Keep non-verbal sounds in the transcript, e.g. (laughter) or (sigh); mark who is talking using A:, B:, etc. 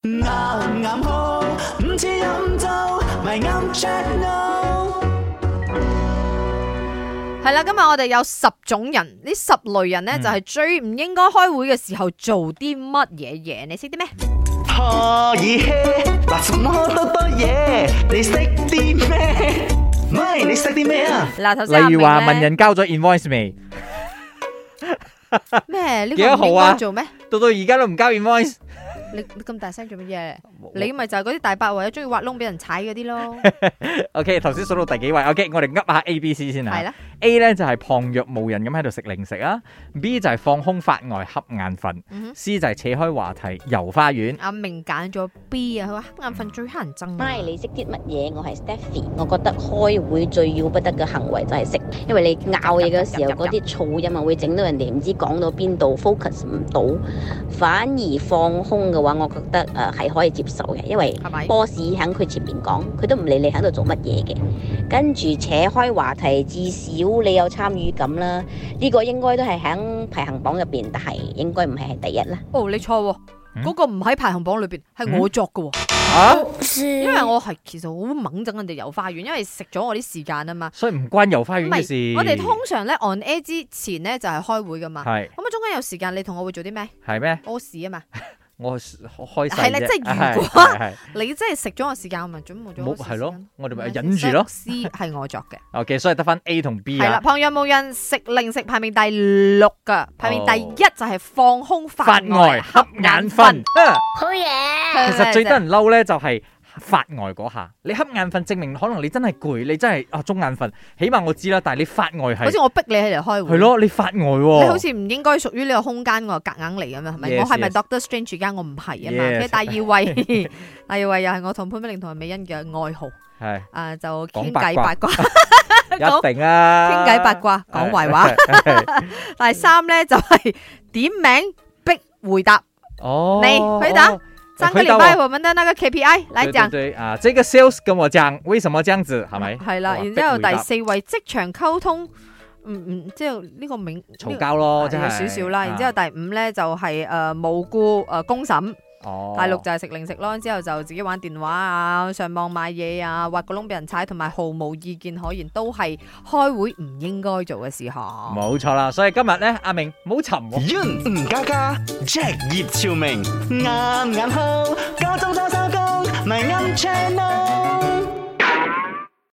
A: 岩岩好，唔似飲酒，咪啱 check no。
B: 系啦，今日我哋有十種人，呢十類人
C: 嗯
B: 咧就係最唔應該開會嘅時候做啲乜嘢嘢，你識啲咩？
A: 可以嘿，嗱什麼多多嘢，你識啲咩？咪你識啲咩啊？
B: 嗱，頭先阿
C: 例
B: 明
C: 如話問
B: 咧
C: 人交咗 invoice 未，
B: 咩呢
C: 幾
B: 個唔
C: 多號
B: 應
C: 啊
B: 該做咩？
C: 到到而家都唔交 invoice，
B: 你你咁大聲做乜嘢？你咪就係嗰啲大伯或者中意挖窿俾人踩嗰啲
C: (laughs)
B: 咯，
C: OK 頭先數到第幾位？OK 我哋噏下 A、B、C 先
B: 係
C: 啊。
B: 啦。
C: A 咧就係旁若無人咁喺度食零食啊，B 就係放空發呆瞌眼瞓
B: 嗯哼
C: ，C 就係扯開話題遊花園。
B: 阿明揀咗 B 啊，佢話瞌眼瞓最乞人憎啊。
D: 咪你識啲乜嘢？我係 Stephy，我覺得開會最要不得嘅行為就係食，因為你拗嘢嘅時候嗰啲噪音啊，會整到人哋唔知講到邊度，focus 唔到。反而放空嘅話，我覺得誒係可以接受嘅，因為
B: 係
C: 嗯
B: 咪？
D: boss 喺佢前面講，佢都唔理你喺度做乜嘢嘅。跟住扯開話題，至少你有參與感啦。呢、個應該都係喺排行榜入邊，但係應該唔係係第一啦。
B: 哦，你錯喎，
C: 嗯
B: 嗰個唔喺排行榜裏邊，係我作嘅喎。
C: 啊，
B: 因為我係其實好猛憎人哋遊花園，因為食咗我啲時間啊嘛。
C: 所以唔關遊花園
B: 唔
C: 嘅事
B: 係，。我哋通常咧 on air 之前咧就係開會噶嘛。
C: 係
B: 咁啊，中間有時間，你同我會做啲咩？
C: (laughs) 係咩？
B: 屙屎啊嘛！
C: 我開心
B: 係啦
C: 啫
B: 即係如果
C: 係係係
B: 你真係食咗我時間，我咪準冇咗
C: 冇
B: 屙屎時間。
C: 係咯我哋咪
B: 係咪
C: 忍住咯
B: 所以 C 係我
C: (laughs)
B: 作嘅，
C: OK，所以得翻 A 同 B
B: 係啦。
C: 啊。
B: 旁若無人食零食排名第六噶，排名第一就係放空
C: 發
B: 發
C: 呆瞌眼瞓。啊
B: 係咪
C: 其實最得人嬲咧就係發呆嗰下，你瞌眼瞓證明可能你真係攰，你真係啊中眼瞓，起碼我知啦。但係你發呆
B: 好似
C: 係
B: 我逼你喺嚟開會。
C: 係。咯，你發呆喎。
B: 你好似唔應該屬於呢個空間喎，夾硬嚟咁樣係咪
C: Yes,
B: 我係咪
C: yes.
B: Doctor Strange 而家我唔係啊嘛。
C: Yes.
B: 佢第二位， (laughs) 第二位又係我同潘碧玲同埋美欣嘅愛好，
C: 係
B: 啊、就傾
C: 講八
B: 偈
C: 卦
B: 八卦，講
C: 一定啊，
B: 傾偈八卦，講壞
C: (laughs)
B: 話。
C: 話。
B: 第三咧就係、點名逼回答。
C: 哦，
B: 你回答上個禮拜我們的啊
C: (laughs)
B: 那個 KPI 來
C: 對對
B: 講。
C: 對啊，這個 sales 跟我講，為什麼這樣子，係咪？
B: 係啦，
C: 哇
B: 然之後
C: 逼回
B: 第
C: 答
B: 四位職場溝通，嗯嗯，即係呢個名
C: 嘈交咯，
B: 呢
C: 真
B: 個有
C: 係
B: 少少啦。然之後
C: 啊
B: 第五咧就係誒無故誒公審。
C: 哦
B: 大陸就係食零食咯，之後就自己玩電話啊，上網買嘢啊，挖個窿俾人踩，同埋毫無意見可言，都係開會唔應該做嘅事項。
C: 冇錯啦，所以今日咧，阿明唔好沉喎。
A: Yun 吳家家，Jack 葉朝明，岩岩好，加州多收工，咪啱 check no。